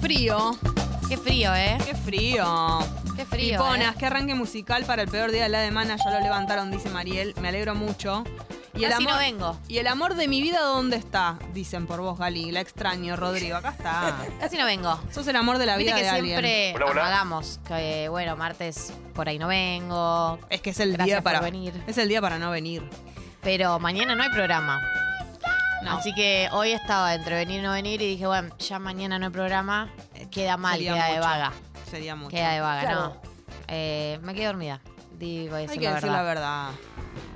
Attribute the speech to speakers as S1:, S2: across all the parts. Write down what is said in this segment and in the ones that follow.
S1: frío.
S2: Qué frío, ¿eh?
S3: Qué frío.
S2: Qué frío.
S3: Piponas,
S2: ¿eh?
S3: qué arranque musical para el peor día de la semana. Ya lo levantaron, dice Mariel. Me alegro mucho. Y el,
S2: Casi
S3: amor,
S2: no vengo.
S3: y el amor de mi vida, ¿dónde está? Dicen por vos, Gali. La extraño, Rodrigo. Acá está.
S2: Casi no vengo.
S3: Sos el amor de la vida
S2: Viste
S3: de
S2: que
S3: alguien.
S2: siempre
S4: Hola, hola.
S2: amagamos que, bueno, martes por ahí no vengo,
S3: Es que es el
S2: Gracias
S3: día para
S2: por venir.
S3: Es el día para no venir.
S2: pero mañana no hay programa.
S3: No.
S2: Así que hoy estaba entre venir y no venir y dije, bueno, ya mañana no hay programa, queda mal,
S3: Sería
S2: queda de
S3: mucho.
S2: vaga.
S3: Sería mucho.
S2: Queda de vaga,
S1: Claro.
S2: no. Eh, me quedé dormida. Digo,
S3: Hay que decir la verdad.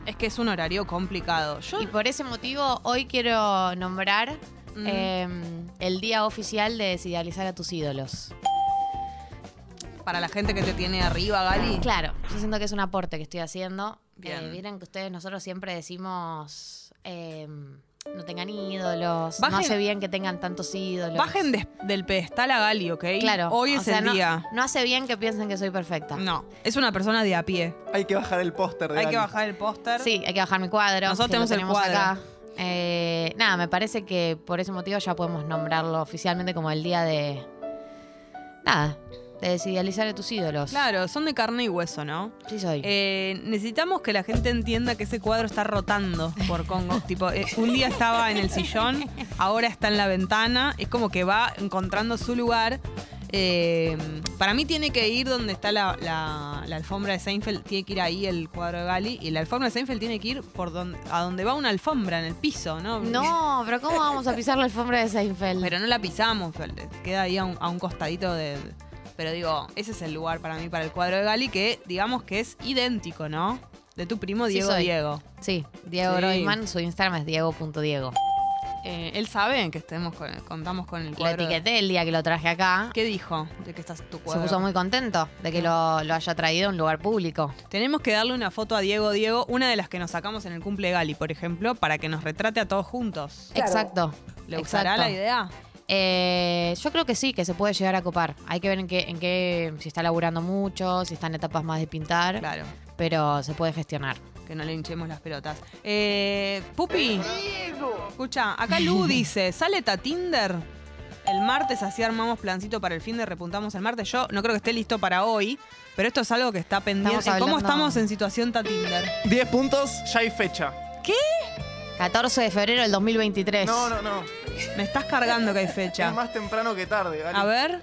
S3: Es que es un horario complicado. Yo
S2: Y por ese motivo, hoy quiero nombrar
S3: Mm.
S2: eh, el día oficial de desidealizar a tus ídolos.
S3: Para la gente que te tiene arriba, Gali.
S2: Claro, yo siento que es un aporte que estoy haciendo.
S3: Bien.
S2: Eh, Vieron que ustedes, nosotros siempre decimos, eh, no tengan ídolos, no
S3: Bajen-
S2: hace bien que tengan tantos ídolos.
S3: Bajen des- del pedestal a Gali, ¿ok?
S2: Claro.
S3: Hoy
S2: o
S3: es
S2: sea,
S3: el
S2: no,
S3: día.
S2: No hace bien que piensen que soy perfecta.
S3: No, es una persona de a pie.
S5: Hay que bajar el póster de
S3: Hay que
S5: Dani.
S3: bajar el póster.
S2: Sí, hay que bajar mi cuadro.
S3: Nosotros
S2: que lo
S3: tenemos el cuadro.
S2: Acá. Eh, nada, me parece que por ese motivo ya podemos nombrarlo oficialmente como el día de. Nada, de desidealizar a tus ídolos.
S3: Claro, son de carne y hueso, ¿no?
S2: Sí, soy.
S3: Eh, necesitamos que la gente entienda que ese cuadro está rotando por Congo. tipo, eh, un día estaba en el sillón, ahora está en la ventana. Es como que va encontrando su lugar. Eh, para mí tiene que ir donde está la, la- la alfombra de Seinfeld, tiene que ir ahí el cuadro de Gali. Y la alfombra de Seinfeld tiene que ir por donde, a donde va una alfombra, en el piso, ¿no?
S2: no, pero ¿cómo vamos a pisar la alfombra de Seinfeld?
S3: Pero no la pisamos, queda ahí a un, a un costadito de... Pero digo, ese es el lugar para mí, para el cuadro de Gali, que digamos que es idéntico, ¿no? De tu primo
S2: Sí,
S3: Diego
S2: soy.
S3: Diego.
S2: Sí, Diego
S3: Sí.
S2: Groisman, su Instagram es diego.diego.
S3: Eh, él sabe que estemos con- contamos con el
S2: Lo
S3: cuadro. de-
S2: etiqueté el día que lo traje acá.
S3: ¿Qué dijo de que estás tu
S2: Se
S3: cuadro?
S2: puso muy contento de que lo, lo haya traído a un lugar público.
S3: Tenemos que darle una foto a Diego Diego, una de las que nos sacamos en el cumple de Gali, por ejemplo, para que nos retrate a todos juntos.
S1: Claro.
S2: Exacto.
S3: ¿Le gustará
S2: exacto.
S3: la idea?
S2: Eh, yo creo que sí, que se puede llegar a copar. Hay que ver en qué, en qué, si está laburando mucho, si está en etapas más de pintar,
S3: Claro,
S2: pero se puede gestionar.
S3: que no le hinchemos las pelotas. Eh, Pupi, escucha, acá Lu dice, ¿sale ta Tinder? El martes así armamos plancito para el fin de repuntamos el martes. Yo no creo que esté listo para hoy, pero esto es algo que está pendiente.
S2: Estamos
S3: ¿Cómo
S2: hablando-
S3: estamos en situación ta Tinder?
S5: 10 puntos, ya hay fecha.
S2: 14 de febrero del 2023.
S5: No, no, no.
S3: Me estás cargando que hay
S5: Es
S3: fecha.
S5: más temprano que tarde, Gali.
S3: A ver.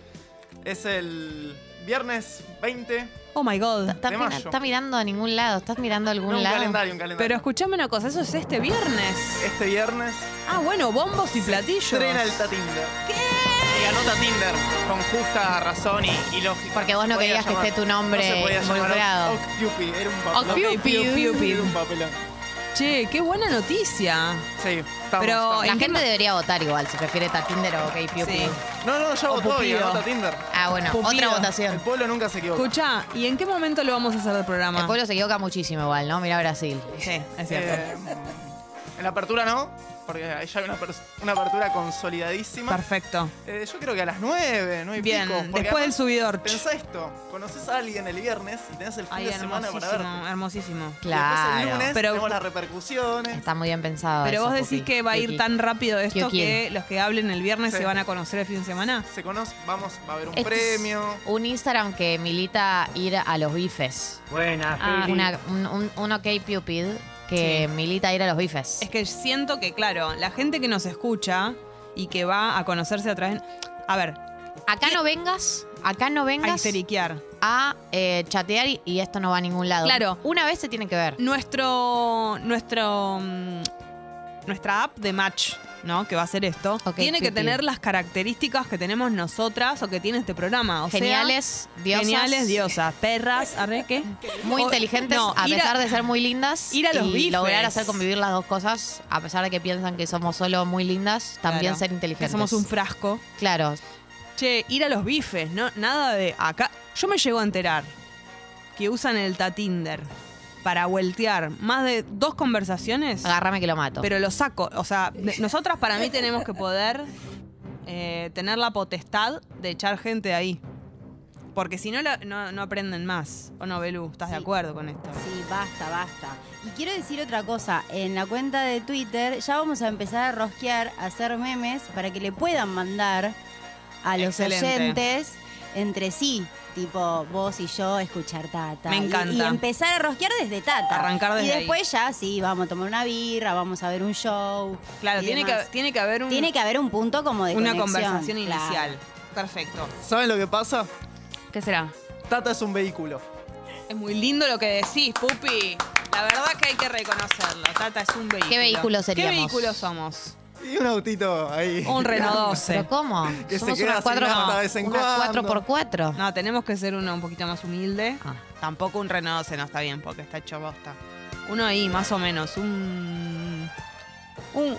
S5: Es el viernes 20.
S3: Oh my god.
S2: Estás
S5: De
S2: mira-
S5: mayo.
S2: estás mirando a ningún lado, estás mirando a algún
S5: No, un
S2: lado.
S5: calendario, un calendario.
S3: Pero escuchame una cosa, eso es este viernes.
S5: Este viernes
S3: Ah, bueno, bombos y platillos.
S5: estrena el Tatinder. ¿Qué? Y ganó Tatinder con justa razón y, y lógica.
S2: Porque vos no
S5: Se podía
S2: querías que esté tu nombre
S5: no se podía llamar
S2: involucrado.
S5: Octupid, era un papelón.
S3: Octupid.
S5: Octupid, Era un papelón.
S3: Che, qué buena noticia.
S5: Sí, estamos.
S3: Pero-
S5: estamos.
S2: La
S3: ¿En qué
S2: gente
S3: ma-
S2: debería votar igual, si prefiere Tatinder o OK Piu
S3: Sí.
S2: Piu.
S5: No, no, ya
S3: O
S5: votó y
S3: pupido.
S5: ganó Tatinder.
S2: Ah, bueno,
S3: Pupido.
S2: otra
S5: El
S2: votación.
S5: pueblo nunca se equivoca.
S3: Escucha, ¿y en qué momento lo vamos a hacer del programa?
S2: El pueblo se equivoca muchísimo igual, ¿no? Mira Brasil.
S3: Sí, es cierto.
S5: Eh, en la apertura no, porque ahí ya hay una, pers- una apertura consolidadísima.
S3: Perfecto.
S5: Eh, yo creo que a las 9, 9 y
S3: Bien,
S5: pico. porque
S3: después del
S5: además,
S3: subidor.
S5: Pensá esto, conoces a alguien el viernes y tenés el fin
S3: Ay,
S5: de semana para verte.
S3: hermosísimo, hermosísimo.
S5: Después el
S2: Claro.
S5: lunes
S3: Pero-
S5: tenemos las repercusiones.
S2: Está muy bien pensado.
S3: Pero
S2: eso,
S3: vos decís
S2: Pupi.
S3: que va a ir
S2: Yuki.
S3: tan rápido esto
S2: Yuki.
S3: que los que hablen el viernes
S5: Sí.
S3: se van a conocer el fin de semana.
S5: Se conoce, vamos, va a haber un
S2: Este es
S5: premio.
S2: Un Instagram que milita ir a los bifes.
S6: Buenas,
S3: Ah,
S6: Feli.
S2: Una- un, un, un OK Pupid que milita ir a los bifes.
S3: Es que siento que, claro, la gente que nos escucha y que va a conocerse a través. A ver,
S2: Acá no vengas, acá no
S3: a
S2: vengas
S3: histeriquear.
S2: a eh, chatear y, y esto no va a ningún lado.
S3: Claro.
S2: Una vez se tiene que ver.
S3: Nuestro. Nuestro. mm, Nuestra app de match, ¿no? Que va a ser esto.
S2: Ok,
S3: tiene que
S2: pipi.
S3: tener las características que tenemos nosotras o que tiene este programa. O sea,
S2: Geniales, diosas.
S3: Geniales, diosas, perras, arre qué.
S2: Muy
S3: O-
S2: inteligentes,
S3: no,
S2: a
S3: ir
S2: pesar de ser muy lindas.
S3: ir a los
S2: y
S3: bifes.
S2: lograr hacer convivir las dos cosas, a pesar de que piensan que somos solo muy lindas, también
S3: Claro,
S2: ser
S3: Que
S2: inteligentes.
S3: somos un frasco.
S2: Claro.
S3: Che, ir a los bifes, ¿no? Nada de acá. Yo me llego a enterar que usan el Tatinder para vueltear más de dos conversaciones,
S2: Agárrame que lo mato.
S3: pero lo saco. O sea, de- nosotras para mí tenemos que poder eh, tener la potestad de echar gente de ahí. Porque si no, la- no, no aprenden más. ¿O no, Belú? ¿Estás de
S1: Sí.
S3: acuerdo con esto?
S1: Sí, basta, basta. Y quiero decir otra cosa. En la cuenta de Twitter ya vamos a empezar a rosquear, a hacer memes para que le puedan mandar a los
S3: Excelente.
S1: oyentes entre sí. Tipo, vos y yo escuchar Tata.
S3: Me
S1: Y-
S3: encanta.
S1: Y, empezar a rosquear desde Tata.
S3: Arrancar desde
S1: Y
S3: ahí.
S1: después ya, sí, vamos a tomar una birra, vamos a ver un show.
S3: Claro,
S1: y
S3: tiene que,
S1: demás.
S3: tiene que haber un-
S1: Tiene que haber un punto como de
S3: una
S1: conexión,
S3: conversación
S1: claro.
S3: inicial. Perfecto.
S5: ¿Saben lo que pasa?
S3: ¿Qué será?
S5: Tata es un vehículo.
S3: Es muy lindo lo que decís, Pupi. La verdad que hay que reconocerlo. Tata es un vehículo.
S2: ¿Qué vehículo seríamos?
S3: ¿Qué vehículo somos?
S5: Y un autito ahí.
S3: Un Renault 12.
S2: ¿Pero cómo?
S5: Que se
S2: Somos
S5: queda
S2: una
S5: sin
S2: 4
S5: nafta de vez en cuando.
S2: 4x4.
S3: No, tenemos que ser uno un poquito más humilde.
S2: Ah.
S3: Tampoco un Renault 12 no está bien porque está hecho bosta. Uno ahí, más o menos. Un. Un.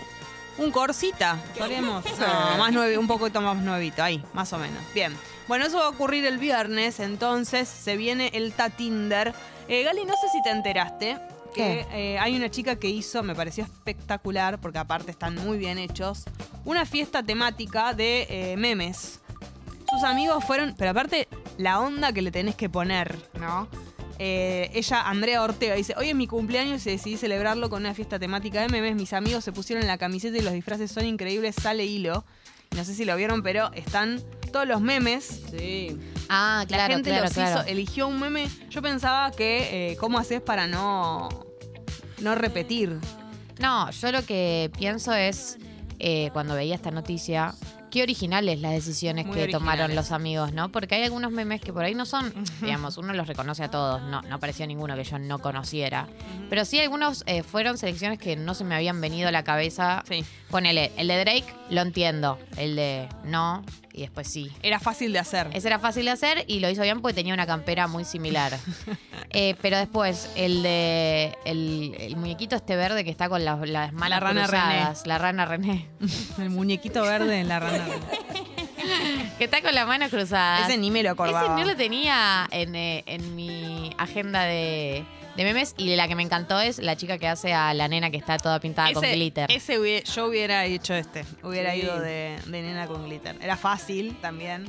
S3: Un Corsita, podríamos. No, más nueve, un poquito más nuevito, ahí, más o menos. Bien. Bueno, eso va a ocurrir el viernes, entonces se viene el Tatinder. Eh, Gali, no sé si te enteraste que
S2: ¿Qué?
S3: eh, hay una chica que hizo, me pareció espectacular, porque aparte están muy bien hechos, una fiesta temática de eh, memes sus amigos fueron, pero aparte la onda que le tenés que poner, ¿no? Eh, ella, Andrea Ortega, dice, hoy es mi cumpleaños y decidí celebrarlo con una fiesta temática de memes. Mis amigos se pusieron la camiseta y los disfraces son increíbles, sale hilo. No sé si lo vieron, pero están todos los memes. Sí.
S2: Ah,
S3: La
S2: claro,
S3: gente
S2: claro,
S3: los
S2: claro.
S3: hizo, eh, eligió un meme. Yo pensaba que, eh, ¿cómo haces para no, no repetir?
S2: No, yo lo que pienso es, eh, cuando veía esta noticia, qué originales las decisiones
S3: Muy
S2: que tomaron
S3: originales.
S2: los amigos, ¿no? Porque hay algunos memes que por ahí no son, digamos, uno los reconoce a todos, no, no apareció ninguno que yo no conociera. Pero sí algunos eh, fueron selecciones que no se me habían venido a la cabeza.
S3: Sí.
S2: Ponele, el de Drake lo entiendo, el de no y después sí.
S3: Era fácil de hacer.
S2: Ese era fácil de hacer y lo hizo bien porque tenía una campera muy similar. Eh, pero después, el de el, el muñequito este verde que está con las, las manos
S3: La rana
S2: cruzadas. La rana René.
S3: El muñequito verde en la rana.
S2: Que está con las manos cruzadas.
S3: Ese ni me lo acordaba.
S2: Ah, Ese no lo tenía en, eh, en mi agenda de, de memes. Y la que me encantó es la chica que hace a la nena que está toda pintada con
S3: Ese-
S2: glitter.
S3: Ese hubie- yo hubiera hecho este. Hubiera
S5: Sí.
S3: ido de, de nena con glitter. Era fácil también.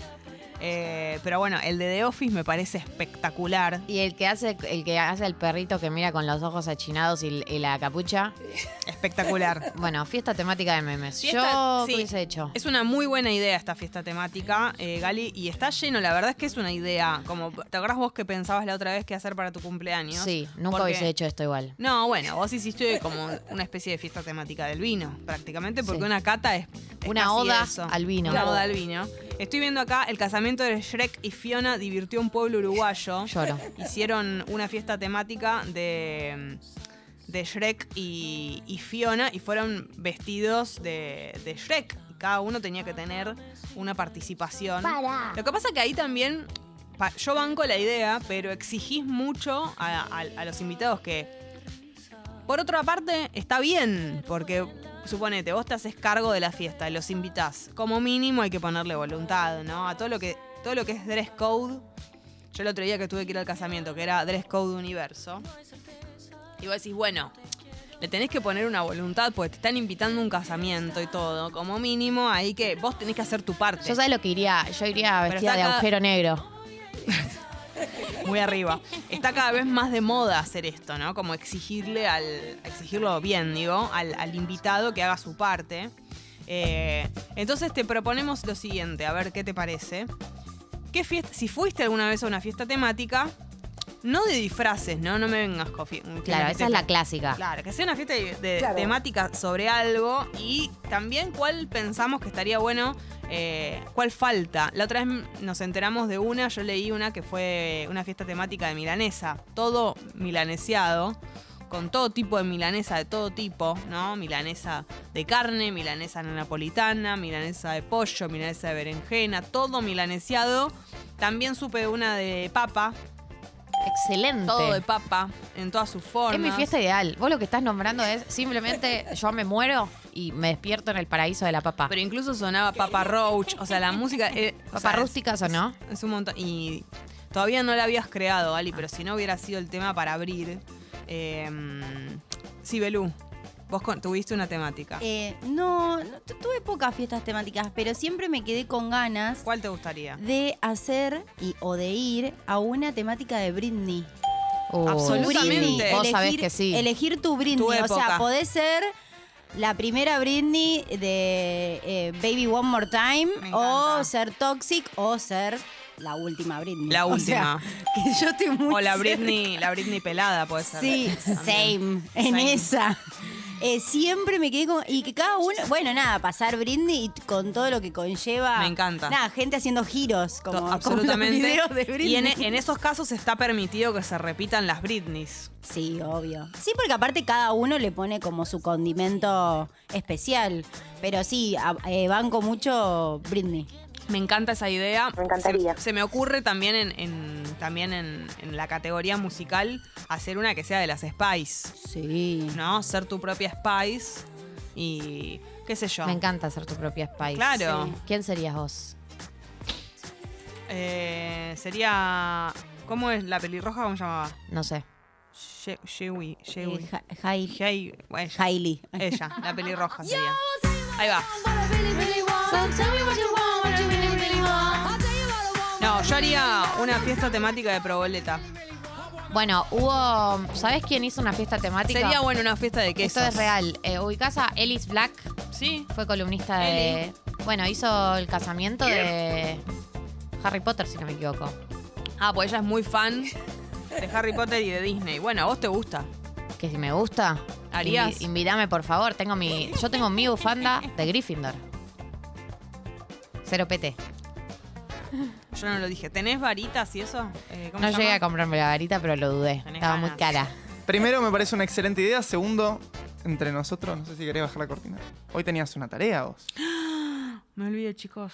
S3: Eh, pero bueno, el de The Office me parece espectacular.
S2: Y el que hace el que hace el perrito que mira con los ojos achinados y, y la capucha.
S3: Espectacular.
S2: Bueno, fiesta temática de memes.
S3: Fiesta-
S2: Yo
S3: sí.
S2: ¿qué hubiese hecho.
S3: Es una muy buena idea esta fiesta temática, eh, Gali, y está lleno, la verdad es que es una idea. Como, ¿Te acordás vos que pensabas la otra vez qué hacer para tu cumpleaños?
S2: Sí, nunca
S3: Porque-
S2: hubiese hecho esto igual.
S3: No, bueno, vos hiciste como una especie de fiesta temática del vino, prácticamente, porque
S2: Sí.
S3: una cata es, es
S2: Una
S3: casi
S2: oda
S3: eso.
S2: al vino.
S3: Una oda al vino. Estoy viendo acá el casamiento de Shrek y Fiona divirtió a un pueblo uruguayo.
S2: Lloro.
S3: Hicieron una fiesta temática de, de Shrek y, y Fiona y fueron vestidos de, de Shrek. Cada uno tenía que tener una participación. Lo que pasa que ahí también, pa- yo banco la idea, pero exigís mucho a, a- a los invitados que, por otra parte, está bien, porque suponete, vos te haces cargo de la fiesta, los invitás. Como mínimo hay que ponerle voluntad, ¿no? A todo lo que, todo lo que es dress code. Yo el otro día que tuve que ir al casamiento, que era dress code universo. Y vos decís, bueno, le tenés que poner una voluntad, porque te están invitando a un casamiento y todo. Como mínimo, ahí que vos tenés que hacer tu parte.
S2: Yo sabes lo que iría, yo iría
S3: Pero
S2: vestida
S3: está
S2: de
S3: acá-
S2: agujero negro.
S3: muy arriba. Está cada vez más de moda hacer esto, ¿no? Como exigirle al. exigirlo bien, digo, al, al invitado que haga su parte. Eh, entonces te proponemos lo siguiente, a ver qué te parece. ¿Qué fiesta, si fuiste alguna vez a una fiesta temática, no de disfraces, ¿no? No me vengas con fie- con
S2: Claro,
S3: fiesta
S2: esa es la clásica.
S3: Claro, que sea una fiesta de, de- temática sobre algo y también cuál pensamos que estaría bueno, eh, cuál falta. La otra vez nos enteramos de una, yo leí una que fue una fiesta temática de milanesa, todo milaneseado, con todo tipo de milanesa de todo tipo, ¿no? Milanesa de carne, milanesa napolitana, milanesa de pollo, milanesa de berenjena, todo milaneseado. También supe de una de papa,
S2: Excelente.
S3: todo de papa, en todas sus formas.
S2: es mi fiesta ideal. Vos lo que estás nombrando es simplemente yo me muero y me despierto en el paraíso de la papa.
S3: Pero incluso sonaba Papa Roach, o sea, la música. eh, Ah. o
S2: ¿Papa
S3: sea, es-
S2: rústicas o no?
S3: Es un montón. Y todavía no la habías creado, Ali, pero si no hubiera sido el tema para abrir. Eh, sí, Belú, vos con- tuviste una temática.
S1: Eh, no, no, tu- tuve pocas fiestas temáticas, pero siempre me quedé con ganas
S3: ¿Cuál te gustaría?
S1: de hacer y, o de ir a una temática de Britney.
S2: Uh,
S3: Absolutamente.
S1: Britney,
S2: Vos
S1: elegir-
S2: sabés que sí.
S1: Elegir tu Britney.
S3: Tu
S1: o sea,
S3: época.
S1: podés ser la primera Britney de eh, Baby One More Time
S3: Me encanta.
S1: o ser Toxic o ser la última Britney.
S3: La
S1: O sea,
S3: última.
S1: que yo estoy muy
S3: o la
S1: cerca.
S3: Britney, la Britney pelada puede ser.
S1: Sí,
S3: También.
S1: same, en
S3: Same.
S1: esa. Eh, siempre me quedé con... Y que cada uno... Bueno, nada, pasar Britney y con todo lo que conlleva...
S3: Me encanta.
S1: Nada, gente haciendo giros, como,
S3: To-
S1: como
S3: absolutamente.
S1: los videos de Britney.
S3: y en, e-, en esos casos está permitido que se repitan las Britneys.
S1: Sí, obvio. Sí, porque aparte cada uno le pone como su condimento especial. Pero sí, a- eh, banco mucho Britney.
S3: Me encanta esa idea.
S4: Me encantaría.
S3: Se, se me ocurre también en, en- también en, en la categoría musical hacer una que sea de las Spice,
S1: Sí.
S3: ¿no? Ser tu propia Spice y qué sé yo.
S2: Me encanta hacer tu propia Spice.
S3: Claro. Sí.
S2: ¿Quién serías vos?
S3: Eh, sería. ¿Cómo es la pelirroja? ¿Cómo se llamaba?
S2: No sé.
S3: She- Shewi.
S1: Eh,
S2: Eh,
S3: Shewi.
S1: Hailey.
S3: Hey, bueno, ella, la pelirroja sería. Ahí va. No, yo haría una fiesta temática de proboleta.
S2: Bueno, hubo. ¿Sabes quién hizo una fiesta temática?
S3: Sería bueno una fiesta de quesos.
S2: Esto es real. Eh, ubicás a Ellis Black,
S3: Sí.
S2: fue columnista de. Bueno, hizo el casamiento de Harry Potter, si no me equivoco.
S3: Ah, pues ella es muy fan de Harry Potter y de Disney. Bueno, a vos te gusta.
S2: Que si me gusta.
S3: ¿Harías?
S2: invi- invítame, por favor. Tengo mi. Yo tengo mi bufanda de Gryffindor. Cero PT.
S3: Yo no lo dije. ¿Tenés varitas y eso? Eh, ¿cómo
S2: No
S3: se
S2: llegué a
S3: llama?
S2: comprarme la varita, pero lo dudé.
S3: Tenés
S2: Estaba muy
S3: ganas.
S2: cara.
S5: Primero, me parece una excelente idea. Segundo, entre nosotros, no sé si querés bajar la cortina. Hoy tenías una tarea vos.
S3: Me olvidé, chicos.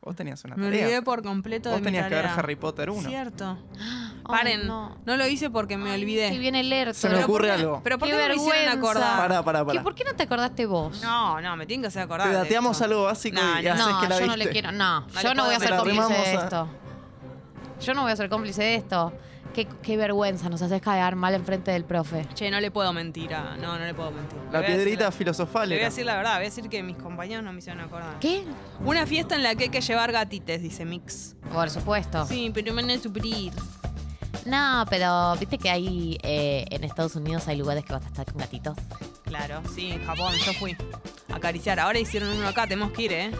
S5: Vos tenías una
S3: Me
S5: tarea.
S3: olvidé por completo de
S5: Vos
S3: mi
S5: tenías que ver
S3: tarea.
S5: Harry Potter 1.
S3: Cierto. Paren.
S2: Ay,
S3: no.
S2: no.
S3: lo hice porque me olvidé.
S2: Si viene el ERTE.
S5: Se me
S3: Pero ¿por
S5: ocurre
S3: qué-
S5: algo.
S3: Pero ¿por
S2: Qué
S3: qué no me hicieron
S2: vergüenza.
S3: acordar?
S5: Pará, pará,
S2: ¿Qué-
S5: pará.
S2: ¿Por qué no te acordaste vos?
S3: No, no, me tienen que hacer acordar.
S5: Te
S3: de
S5: dateamos
S3: esto.
S5: algo básico
S3: No,
S5: y
S3: no.
S5: haces que la
S2: yo no le
S5: viste.
S2: quiero. No,
S3: le
S2: yo no voy a
S3: podemos
S2: ser
S5: dar
S2: cómplice
S5: remamos
S2: de
S5: a-
S2: esto. Yo no voy a ser cómplice de esto. Qué, qué vergüenza, nos haces cagar mal enfrente del profe.
S3: Che, no le puedo mentir. a- No, no le puedo mentir. Le voy a
S5: La
S3: decir
S5: piedrita
S3: la-
S5: filosofal
S3: Le voy a
S5: era.
S3: decir la verdad, voy a decir que mis compañeros no me hicieron acordar.
S2: ¿Qué?
S3: Una fiesta en la que hay que llevar gatites, dice Mix.
S2: Por supuesto.
S3: Sí, pero me van a suplir.
S2: No, pero viste que hay eh, en Estados Unidos hay lugares que vas a estar con gatitos.
S3: Claro, sí, en Japón, yo fui a acariciar. Ahora hicieron uno acá, tenemos que ir, ¿eh?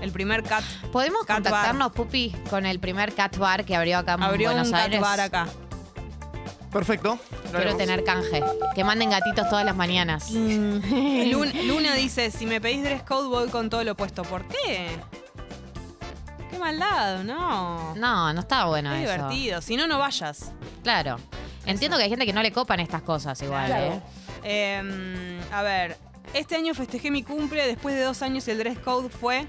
S3: El primer cat.
S2: ¿Podemos
S3: Cat bar.
S2: contactarnos, Pupi, con el primer cat bar que abrió acá en
S3: Abrió
S2: Mm, Buenos
S3: un
S2: Aires?
S3: cat bar acá.
S5: Perfecto. lo
S2: Quiero
S5: haremos.
S2: tener canje. Que manden gatitos todas las mañanas.
S3: Lun- Luna dice, si me pedís dress code voy con todo lo opuesto. ¿Por qué? Qué maldad, no.
S2: No, no está bueno
S3: Qué
S2: eso.
S3: divertido. Si no, no vayas.
S2: Claro. Entiendo que hay gente que no le copan estas cosas igual,
S4: Claro.
S2: ¿eh?
S3: Eh, a ver, este año festejé mi cumple, después de dos años el dress code fue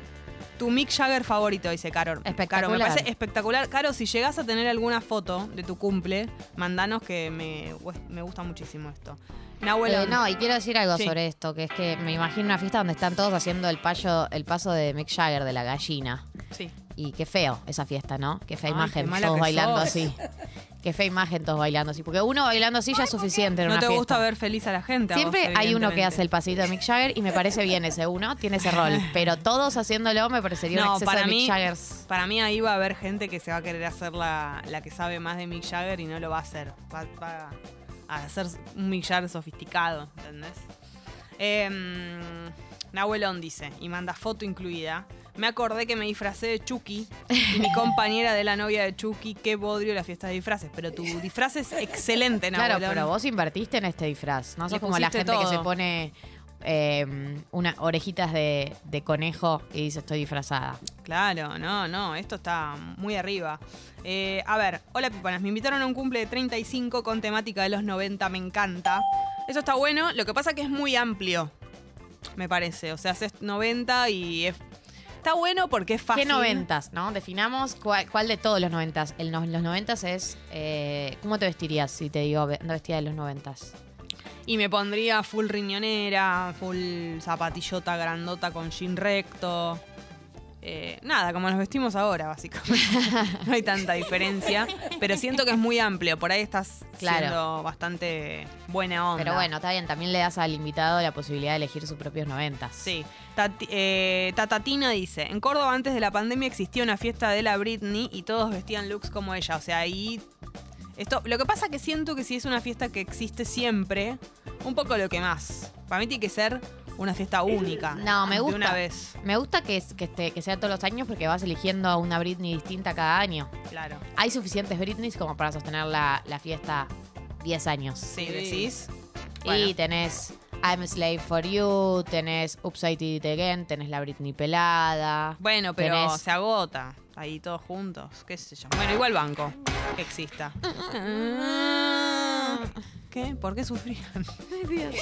S3: tu Mick Jagger favorito, dice Caro. Caro, me
S2: Espectacular.
S3: parece espectacular. Caro, si llegás a tener alguna foto de tu cumple, mandanos que me, gu- me gusta muchísimo esto. Nahuel,
S2: Eh, no, y quiero decir algo
S3: Sí.
S2: sobre esto, que es que me imagino una fiesta donde están todos haciendo el payo, el paso de Mick Jagger de la gallina.
S3: sí.
S2: Y qué feo esa fiesta, ¿no? Qué fea
S3: Ay, qué
S2: imagen,
S3: mala
S2: todos
S3: que
S2: bailando
S3: sos.
S2: así. Qué fea imagen todos bailando así. Porque uno bailando así ya es suficiente. en
S3: No
S2: una
S3: te
S2: fiesta.
S3: gusta ver feliz a la gente. a vos,
S2: Siempre hay uno que
S3: evidentemente.
S2: hace el pasito de Mick Jagger y me parece bien ese uno, tiene ese rol. Pero todos haciéndolo me parecería un
S3: No,
S2: exceso
S3: para
S2: de
S3: mí-
S2: Mick Jaggers.
S3: Para mí ahí va a haber gente que se va a querer hacer la, la que sabe más de Mick Jagger y no lo va a hacer. Va, va a hacer un Mick Jagger sofisticado, ¿entendés? Eh, Nahuelón dice, y manda foto incluida. Me acordé que me disfracé de Chucky y mi compañera de la novia de Chucky, qué bodrio la fiesta de disfraces. Pero tu disfraz es excelente,
S2: Claro,
S3: Nahuelón.
S2: pero vos invertiste en este disfraz. No
S3: Le
S2: sos como la
S3: pusiste
S2: gente que
S3: todo.
S2: se pone eh, una, orejitas de, de conejo y dice estoy disfrazada.
S3: Claro, no, no, esto está muy arriba. Eh, a ver, hola Pipanas, me invitaron a un cumple de 35 con temática de los 90, me encanta. Eso está bueno, lo que pasa que es muy amplio, me parece. O sea, haces 90 y es- está bueno porque es fácil.
S2: ¿Qué noventas, no? Definamos cuál, cuál de todos los noventas. El, no- los noventas es... eh, ¿Cómo te vestirías si te digo ve- vestida de los noventas?
S3: Y me pondría full riñonera, full zapatillota grandota con jean recto. Eh, nada, como nos vestimos ahora, básicamente. no hay tanta diferencia. Pero siento que es muy amplio. Por ahí estás
S2: Claro.
S3: siendo bastante buena onda.
S2: Pero bueno, está bien, también le das al invitado la posibilidad de elegir sus propios noventas.
S3: Sí. Tati- eh, Tatatina dice: En Córdoba, antes de la pandemia, existía una fiesta de la Britney y todos vestían looks como ella. O sea, ahí. Esto, lo que pasa que siento que si es una fiesta que existe siempre, un poco lo que más. Para mí tiene que ser una fiesta única.
S2: No, me gusta.
S3: De una vez.
S2: Me gusta que, es- que, esté- que sea todos los años porque vas eligiendo a una Britney distinta cada año.
S3: Claro.
S2: Hay suficientes Britneys como para sostener la, la fiesta 10 años.
S3: Sí, decís.
S2: Y
S3: Bueno.
S2: tenés I'm a Slave for You, tenés Upside It Again, tenés la Britney pelada.
S3: Bueno, pero
S2: Tenés-
S3: se agota. Ahí todos juntos. Qué sé yo. Bueno, igual banco. Que exista. ¿Qué? ¿Por qué sufrían?
S2: Pues,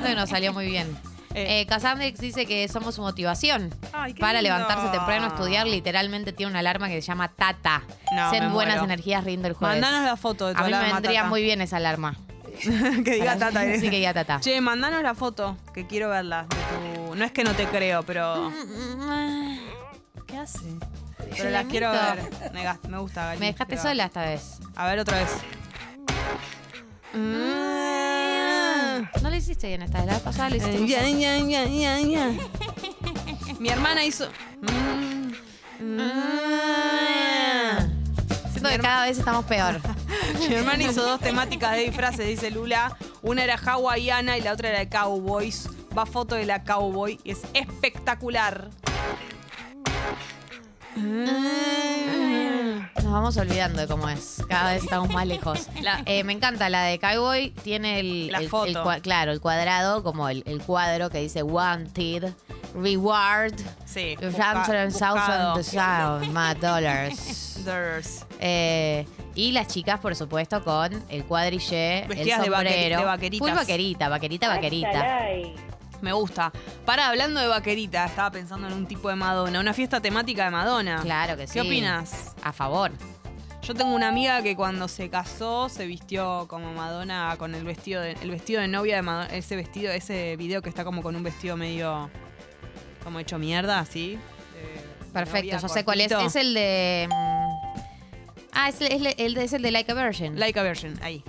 S2: No nos salió muy bien.
S3: Eh,
S2: Eh, Cassandrix dice que somos su motivación.
S3: Ay, qué
S2: Para
S3: lindo.
S2: levantarse temprano, estudiar, literalmente tiene una alarma que se llama Tata.
S3: No,
S2: Send
S3: me
S2: buenas
S3: muero.
S2: energías, rindo el jueves.
S3: Mandanos la foto de tu
S2: A mí me
S3: alarma,
S2: vendría
S3: Tata.
S2: muy bien esa alarma.
S3: que diga
S2: Para-
S3: Tata. eh.
S2: Sí, que diga Tata.
S3: Che, mandanos la foto, que quiero verla. de tu- No es que no te creo,
S2: Mm,
S3: pero. ¿Qué hace? Pero las
S2: Chilamito.
S3: quiero ver. Me, gas- me gusta, Gali,
S2: Me dejaste
S3: quiero ver.
S2: sola esta vez.
S3: A ver otra vez.
S2: Mm. No lo hiciste bien esta vez, la vez pasada lo hiciste.
S3: Ya,
S2: mejor.
S3: ya, ya, ya, ya. Mi hermana hizo.
S2: Mm.
S3: Mm.
S2: Siento que cada vez estamos peor.
S3: Mi hermana hizo dos temáticas de disfraces, dice Lula. Una era hawaiana y la otra era de cowboys. Va foto de la cowboy y es espectacular.
S2: Nos vamos olvidando de cómo es. Cada vez estamos más lejos.
S3: La-
S2: Eh, me encanta la de Cowboy. Tiene el,
S3: La
S2: el- el
S3: foto.
S2: cua- claro, el cuadrado, como el, el cuadro que dice Wanted, Reward,
S3: Sí. busca-
S2: Ramsar
S3: buscado.
S2: Thousand Sound, Mad Dollars.
S3: There's-
S2: Eh, y las chicas, por supuesto, con el cuadrille,
S3: Vestidas
S2: el
S3: de vaqueri-
S2: sombrero.
S3: de vaqueritas.
S2: Full vaquerita, vaquerita, vaquerita.
S3: Me gusta. Para, hablando de vaquerita, estaba pensando en un tipo de Madonna, una fiesta temática de Madonna.
S2: Claro que sí.
S3: ¿Qué opinas?
S2: A favor.
S3: Yo tengo una amiga que cuando se casó se vistió como Madonna con el vestido de, el vestido de novia de Madonna, ese vestido, ese video que está como con un vestido medio como hecho mierda, así. de
S2: Perfecto,
S3: novia,
S2: yo sé cuál es.
S3: cortito.
S2: Es el de. mm, Ah, es, el- es el- el de- es el de Like a Virgin.
S3: Like a Virgin, ahí.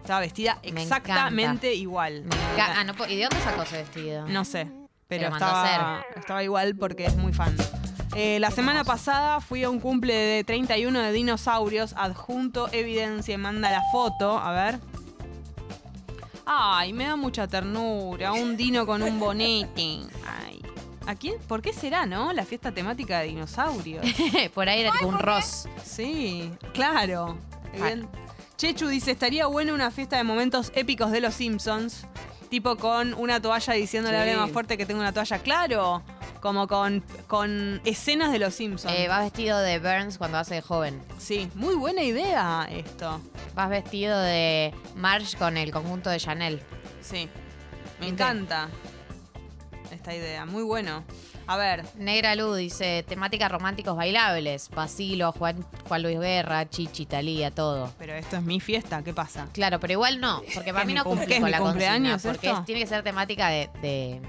S3: Estaba vestida
S2: Me
S3: exactamente igual.
S2: Me enca- ah, no puedo- ¿Y de dónde sacó ese vestido?
S3: No sé, pero
S2: Pero mandó
S3: estaba, estaba igual porque es muy fan. Eh, la semana pasada fui a un cumple de 31 de dinosaurios, adjunto evidencia y manda la foto, a ver. Ay, me da mucha ternura, un dino con un bonete. Ay. ¿A quién? ¿Por qué será, no? La fiesta temática de dinosaurios.
S2: Por ahí era tipo un Ross.
S3: Sí, claro. Bien. Chechu dice, estaría buena una fiesta de momentos épicos de los Simpsons. Tipo con una toalla diciéndole
S2: Sí.
S3: a más fuerte que tengo una toalla. Claro. Como con, con escenas de los Simpsons.
S2: Eh, vas vestido de Burns cuando hace de joven.
S3: Sí, muy buena idea esto.
S2: Vas vestido de Marge con el conjunto de Chanel.
S3: Sí. Me
S2: Bien.
S3: encanta esta idea. Muy bueno. A ver.
S2: Negra Lu dice, temática románticos bailables. Basilo, Juan, Juan Luis Guerra, Chichi, Talía, todo.
S3: Pero esto es mi fiesta. ¿Qué pasa?
S2: Claro, pero igual no, porque para
S3: ¿Qué
S2: mí
S3: es
S2: no
S3: mi cum- qué
S2: cumple
S3: es
S2: con
S3: mi
S2: la consigna.
S3: cumpleaños
S2: Porque
S3: esto?
S2: es- tiene que ser temática de, de-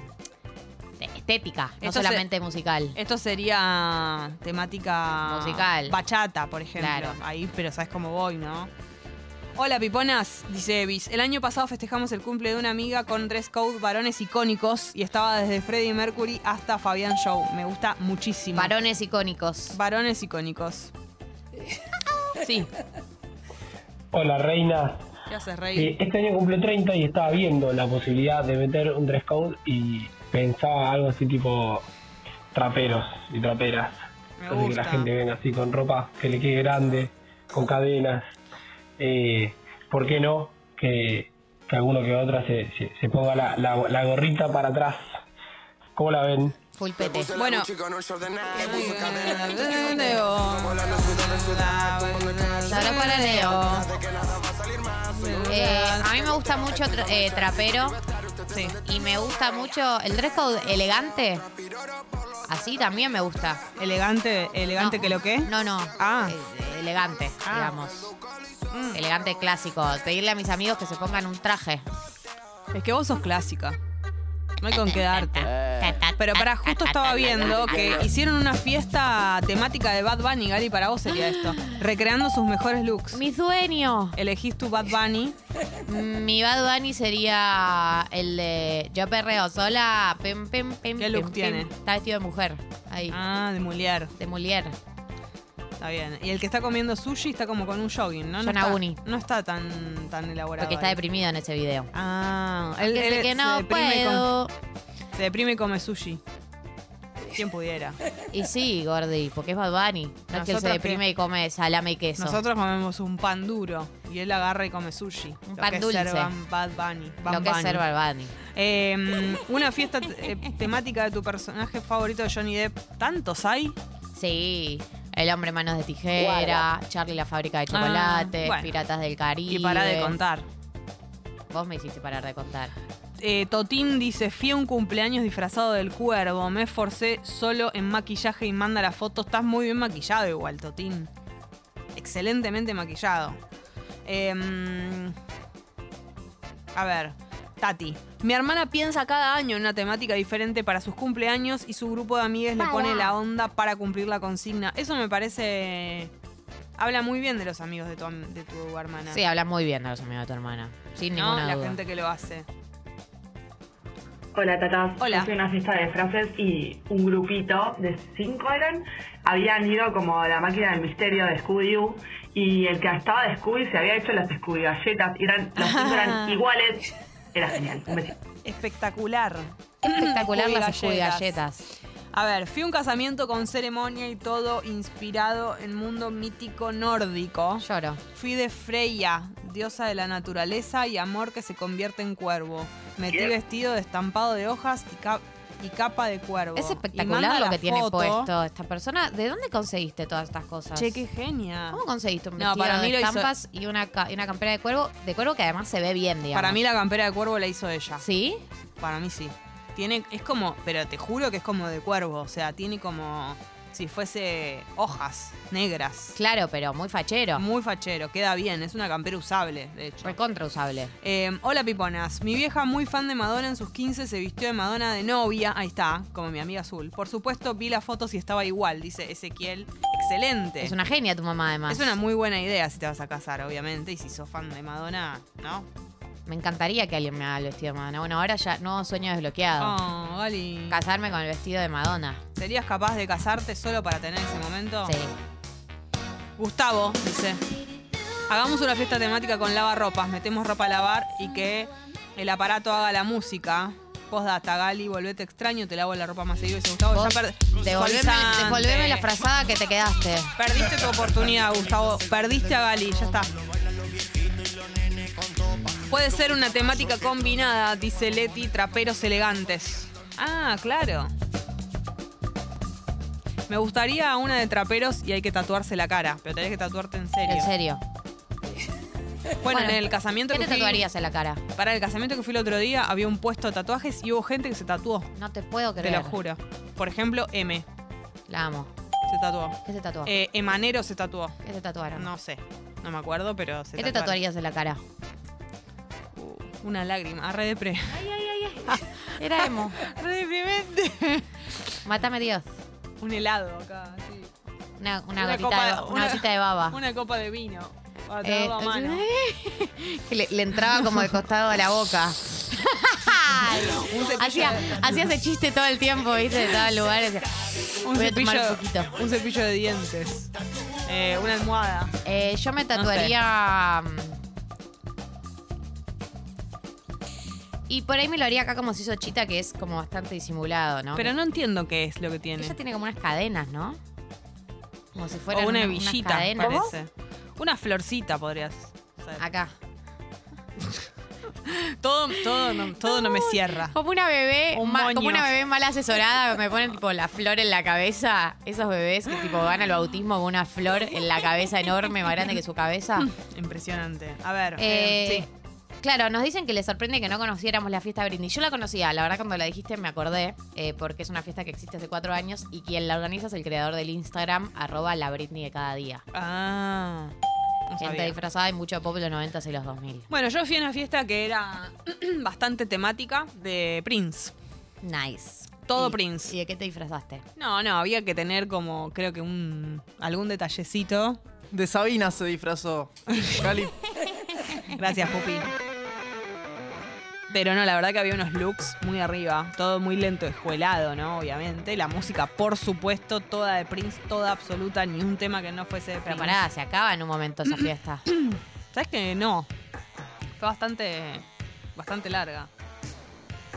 S2: de estética, no
S3: Esto se-
S2: solamente musical.
S3: Esto sería temática
S2: Musical.
S3: Bachata, por ejemplo.
S2: Claro.
S3: Ahí, pero sabes cómo voy, ¿no? Hola, piponas, dice Evis. El año pasado festejamos el cumple de una amiga con dress code varones icónicos y estaba desde Freddie Mercury hasta Fabián Show. Me gusta muchísimo.
S2: Varones icónicos.
S3: Varones icónicos. Sí.
S4: Hola reina,
S3: ¿Qué haces, Rey?
S4: Eh, este año cumple 30 y estaba viendo la posibilidad de meter un dress code y pensaba algo así tipo traperos y traperas.
S3: Me
S4: Así que
S3: gusta.
S4: la gente venga así con ropa que le quede grande, con cadenas. Eh, ¿Por qué no que, que alguno que otra se, se- se ponga la, la- la gorrita para atrás? ¿Cómo la ven?
S2: Full pete.
S3: Bueno. eh,
S2: Sabrá para Leo. Eh, a mí me gusta mucho tra- eh, trapero.
S3: Sí.
S2: Y me gusta mucho el dress code elegante. Así también me gusta.
S3: Elegante, elegante
S2: No,
S3: que lo que.
S2: No, no.
S3: Ah.
S2: Eh, elegante,
S3: Ah.
S2: digamos.
S3: Mm.
S2: Elegante clásico. Pedirle a mis amigos que se pongan un traje.
S3: Es que vos sos clásica. No hay con qué darte.
S2: Ta, ta,
S3: Pero
S2: ta,
S3: para
S2: ta,
S3: justo
S2: ta,
S3: estaba
S2: ta,
S3: viendo
S2: ta, ta,
S3: que hicieron una fiesta temática de Bad Bunny, Gali, para vos sería esto. Recreando sus mejores
S2: ta.
S3: looks.
S2: Mi sueño.
S3: Elegís tu Bad Bunny.
S2: Mi Bad Bunny sería el de Yo perreo sola. Pim, pim, pim,
S3: ¿Qué
S2: pim,
S3: look
S2: pim.
S3: tiene?
S2: Está vestido de mujer. Ahí.
S3: Ah, de Mulier.
S2: De mujer.
S3: Está bien. Y el que está comiendo sushi está como con un jogging, ¿no? No
S2: John
S3: está,
S2: Aguni.
S3: no está tan, tan elaborado.
S2: Porque está
S3: ahí.
S2: deprimido en ese video.
S3: Ah, él,
S2: Que
S3: él
S2: sé que
S3: se
S2: no
S3: deprime con-
S2: puedo.
S3: Se deprime y come sushi. Quien pudiera.
S2: Y sí, Gordi, porque es Bad Bunny. No es que él se
S3: Nosotros
S2: deprime
S3: qué.
S2: y come salame y queso.
S3: Nosotros comemos un pan duro y él agarra y come sushi. Lo
S2: Un pan
S3: que es
S2: dulce.
S3: ser Ban- Bad Bunny. Ban
S2: Lo que es
S3: Bunny.
S2: ser Bad Bunny.
S3: Eh, una fiesta eh, temática de tu personaje favorito de Johnny Depp. ¿Tantos hay?
S2: Sí. El hombre manos de tijera, Charlie la fábrica de chocolates,
S3: Ah, bueno.
S2: Piratas del Caribe.
S3: Y para de contar.
S2: Vos me hiciste parar de contar.
S3: Eh, Totín dice, fui a un cumpleaños disfrazado del cuervo, me esforcé solo en maquillaje y manda la foto. Estás muy bien maquillado igual, Totín. Excelentemente maquillado. Em, a ver, Tati. Mi hermana piensa cada año en una temática diferente para sus cumpleaños y su grupo de amigues le pone la onda para cumplir la consigna. Eso me parece... Habla muy bien de los amigos de tu, am- de tu hermana.
S2: Sí, habla muy bien de los amigos de tu hermana. Sin
S3: ¿no?
S2: ninguna
S3: La
S2: duda.
S3: gente que lo hace.
S6: Hola, tatas.
S3: Hola.
S6: Hice una fiesta de frases y un grupito de cinco eran. Habían ido como a la máquina del misterio de Scooby-Doo y el que estaba de Scooby se había hecho las Scooby galletas. y Eran, los cinco
S3: Ah.
S6: eran iguales. Era genial. Un besito.
S3: Espectacular.
S2: Espectacular
S3: Scooby
S2: las Scooby
S3: galletas.
S2: galletas.
S3: A ver, fui a un casamiento con ceremonia y todo inspirado en mundo mítico nórdico.
S2: Lloro.
S3: Fui de Freya, diosa de la naturaleza y amor que se convierte en cuervo. Metí vestido de estampado de hojas y, cap- y capa de cuervo.
S2: Es
S3: Y manda
S2: espectacular lo
S3: la
S2: que tiene
S3: foto.
S2: puesto esta persona. ¿De dónde conseguiste todas estas cosas?
S3: Che, qué genia.
S2: ¿Cómo conseguiste un
S3: No,
S2: vestido
S3: para mí lo
S2: de
S3: hizo-
S2: estampas y, una ca- y una campera de cuervo? De cuervo que además se ve bien, digamos.
S3: Para mí la campera de cuervo la hizo ella.
S2: ¿Sí?
S3: Para mí sí. Tiene, es como, pero te juro que es como de cuervo, o sea, tiene como si fuese hojas negras.
S2: Claro, pero muy fachero.
S3: Muy fachero, queda bien, es una campera usable, de hecho.
S2: Recontra usable.
S3: Eh, hola piponas, mi vieja muy fan de Madonna en sus 15 se vistió de Madonna de novia, ahí está, como mi amiga azul. Por supuesto vi las fotos y estaba igual, dice Ezequiel. Excelente.
S2: Es una genia tu mamá, además.
S3: Es una muy buena idea si te vas a casar, obviamente, y si sos fan de Madonna, ¿no?
S2: Me encantaría que alguien me haga el vestido de Madonna. Bueno, ahora ya no sueño desbloqueado.
S3: Oh, Gali.
S2: Casarme con el vestido de Madonna.
S3: ¿Serías capaz de casarte solo para tener ese momento?
S2: Sí.
S3: Gustavo dice: Hagamos una fiesta temática con lavarropas, metemos ropa a lavar y que el aparato haga la música. Postdata, Gali, volvete extraño, te lavo la ropa más seguido. Dice Gustavo,
S2: Vos
S3: Oh, ya per-
S2: Devolveme,
S3: Suavizante.
S2: devolveme la frazada que te quedaste.
S3: Perdiste tu oportunidad, Gustavo. Perdiste a Gali, ya está. Puede ser una temática combinada, dice Leti, traperos elegantes. Ah, claro. Me gustaría una de traperos y hay que tatuarse la cara, pero tenés que tatuarte en serio.
S2: En serio.
S3: Bueno,
S2: Bueno,
S3: en el casamiento
S2: ¿Qué
S3: que
S2: te
S3: fui,
S2: tatuarías en la cara?
S3: Para el casamiento que fui el otro día había un puesto de tatuajes y hubo gente que se tatuó.
S2: No te puedo
S3: Te
S2: creer.
S3: lo juro. Por ejemplo, M
S2: La amo.
S3: se tatuó.
S2: ¿Qué se tatuó?
S3: Eh, Emanero se tatuó.
S2: ¿Qué se tatuaron?
S3: No sé. No me acuerdo, pero se
S2: ¿Qué te
S3: tatuaron.
S2: tatuarías en la cara?
S3: Uh, Una lágrima. Arre de pre.
S2: Era emo.
S3: Re deprimente.
S2: Mátame Dios.
S3: Un helado acá, sí.
S2: Una, una,
S3: Una
S2: gotita,
S3: copa
S2: de,
S3: de-
S2: una,
S3: una-
S2: gotita de baba.
S3: Una copa de vino. Ah, te
S2: Eh,
S3: daba mano.
S2: que le, le entraba como de costado a la boca. hacía, hacía ese chiste todo el tiempo, ¿viste? De todos lugares.
S3: Un
S2: voy a tomar
S3: cepillo,
S2: un poquito.
S3: un cepillo de dientes. Eh, una almohada.
S2: Eh, yo me tatuaría. mm, Y por ahí me lo haría acá como se hizo Chita, que es como bastante disimulado, ¿no?
S3: Pero no entiendo qué es lo que tiene.
S2: Ella tiene como unas cadenas, ¿no? Como si fueran
S3: o una
S2: una-
S3: hebillita,
S2: unas cadenas.
S3: parece. Una florcita podrías. ser.
S2: Acá.
S3: Todo, todo, no, todo no me cierra.
S2: Como una bebé,
S3: Un
S2: ma-
S3: moño.
S2: como una bebé mal asesorada, me ponen tipo la flor en la cabeza. Esos bebés que tipo van al bautismo con una flor en la cabeza enorme, más grande que su cabeza.
S3: Impresionante. A ver,
S2: Eh,
S3: eh, sí.
S2: Claro, nos dicen que les sorprende que no conociéramos la fiesta brindis. Yo la conocía, la verdad cuando la dijiste me acordé, eh, porque es una fiesta que existe hace cuatro años y quien la organiza es el creador del Instagram, arroba la brindis de cada día.
S3: Ah. no
S2: Gente
S3: sabía.
S2: disfrazada y mucho pop de los 90 y los 2000.
S3: Bueno, yo fui a una fiesta que era bastante temática de Prince.
S2: Nice.
S3: Todo
S2: Y-
S3: Prince.
S2: ¿Y de qué te disfrazaste?
S3: No, no, había que tener como, creo que un algún detallecito.
S5: De Sabina se disfrazó. Cali.
S3: Gracias, Pupi. Pero no, la verdad que había unos looks muy arriba, todo muy lento, escuelado, ¿no? Obviamente. La música, por supuesto, toda de Prince, toda absoluta, ni un tema que no fuese de
S2: Pero
S3: Prince.
S2: pará, se acaba en un momento esa fiesta.
S3: ¿Sabes que no? Fue bastante, bastante larga.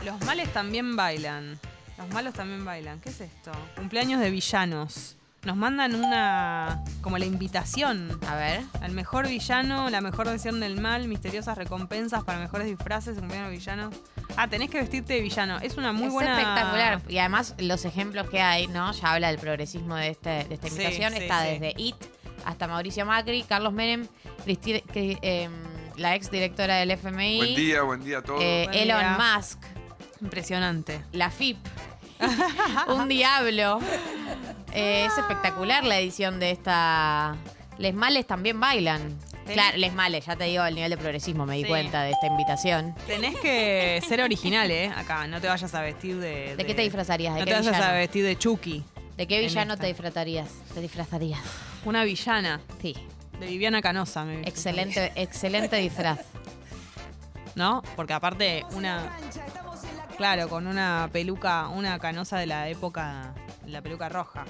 S3: Los males también bailan. Los malos también bailan. ¿Qué es esto? Cumpleaños de villanos. Nos mandan una. como la invitación.
S2: A ver.
S3: Al mejor villano, la mejor versión del mal, misteriosas recompensas para mejores disfraces, cumpleaños de villanos. Ah, tenés que vestirte de villano. Es una muy
S2: es
S3: buena.
S2: espectacular. Y además los ejemplos que hay, ¿no? Ya habla del progresismo de, este, de esta
S3: Sí,
S2: invitación.
S3: sí,
S2: Está
S3: sí.
S2: desde IT hasta Mauricio Macri, Carlos Menem, Cristi- Cri- em, la ex directora del FMI,
S7: Buen día, buen día a todos.
S2: eh,
S3: Buen
S2: Elon
S3: día.
S2: Musk,
S3: Impresionante.
S2: la FIP, un diablo. Eh, es espectacular la edición de esta. Les males también bailan.
S3: Sí.
S2: Claro, les males, ya te digo el nivel de progresismo, me di
S3: Sí.
S2: cuenta de esta invitación.
S3: Tenés que ser original, ¿eh? Acá, no te vayas a vestir de.
S2: ¿De qué te disfrazarías? ¿De
S3: no
S2: qué
S3: te vayas
S2: villano?
S3: a vestir de Chucky.
S2: ¿De qué
S3: en
S2: villano
S3: esta.
S2: te disfrazarías? Te disfrazarías.
S3: Una villana.
S2: Sí.
S3: De Viviana Canosa, me
S2: Excelente, excelente disfraz.
S3: ¿No? Porque aparte, una. Claro, con una peluca, una canosa de la época, la peluca roja.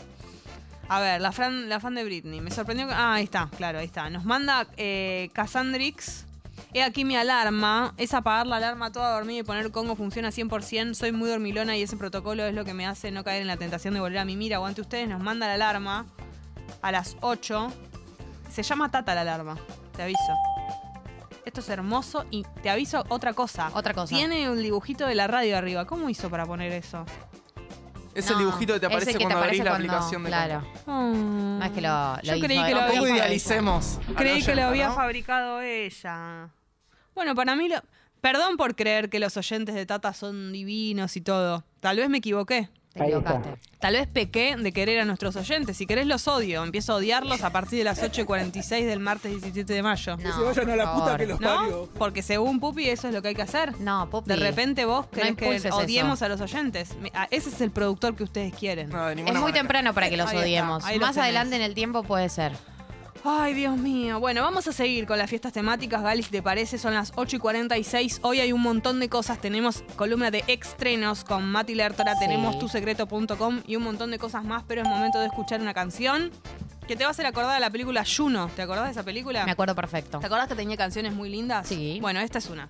S3: A ver, la, fran- la fan de Britney. Me sorprendió que. Ah, ahí está, claro, ahí está. Nos manda eh, Cassandrix. He aquí mi alarma. Es apagar la alarma toda dormida y poner Congo funciona 100%. Soy muy dormilona y ese protocolo es lo que me hace no caer en la tentación de volver a mi mira. Aguante ustedes, nos manda la alarma a las 8. Se llama Tata la alarma. Te aviso. Esto es hermoso y te aviso otra cosa.
S2: Otra cosa.
S3: Tiene un dibujito de la radio arriba. ¿Cómo hizo para poner eso?
S5: Es
S2: No,
S5: el dibujito que te aparece
S2: ese que te
S5: cuando abrís la
S2: cuando-
S5: aplicación de
S2: Claro.
S5: Congo.
S3: No
S2: es que lo- lo
S3: Yo
S2: hizo
S3: creí que
S2: él.
S3: lo había
S5: Tampoco
S2: Lo
S3: fabricado.
S5: idealicemos. a
S3: Creí que lo
S5: Noyer,
S3: había
S5: ¿no?
S3: fabricado ella. Bueno, para mí lo. Perdón por creer que los oyentes de Tata son divinos y todo. Tal vez me equivoqué.
S2: Te equivocaste.
S3: Tal vez pequé de querer a nuestros oyentes. Si querés los odio. Empiezo a odiarlos a partir de las 8.46 del martes 17 de mayo.
S2: No,
S8: se vayan a
S2: por
S8: la puta
S2: favor.
S8: que los
S3: ¿No?
S8: parió.
S3: Porque según Pupi eso es lo que hay que hacer.
S2: No, Poppy.
S3: De repente vos querés
S2: impulses
S3: que
S2: eso.
S3: odiemos a los oyentes. Mi- a- Ese es el productor que ustedes quieren.
S5: No, de
S2: Es muy
S5: ninguna manera.
S2: temprano para que los
S3: Ahí está,
S2: odiemos.
S3: ahí los
S2: Más
S3: tenés.
S2: adelante en el tiempo puede ser.
S3: Ay, Dios mío. Bueno, vamos a seguir con las fiestas temáticas, Gali, si te parece. Son las 8 y 46. Hoy hay un montón de cosas. Tenemos columna de estrenos con Mati Lertora,
S2: Sí.
S3: tenemos tusecreto.com y un montón de cosas más, pero es momento de escuchar una canción que te va a hacer acordar a la película Juno. ¿Te acordás de esa película?
S2: Me acuerdo perfecto.
S3: ¿Te acordás que tenía canciones muy lindas?
S2: Sí.
S3: Bueno, esta es una.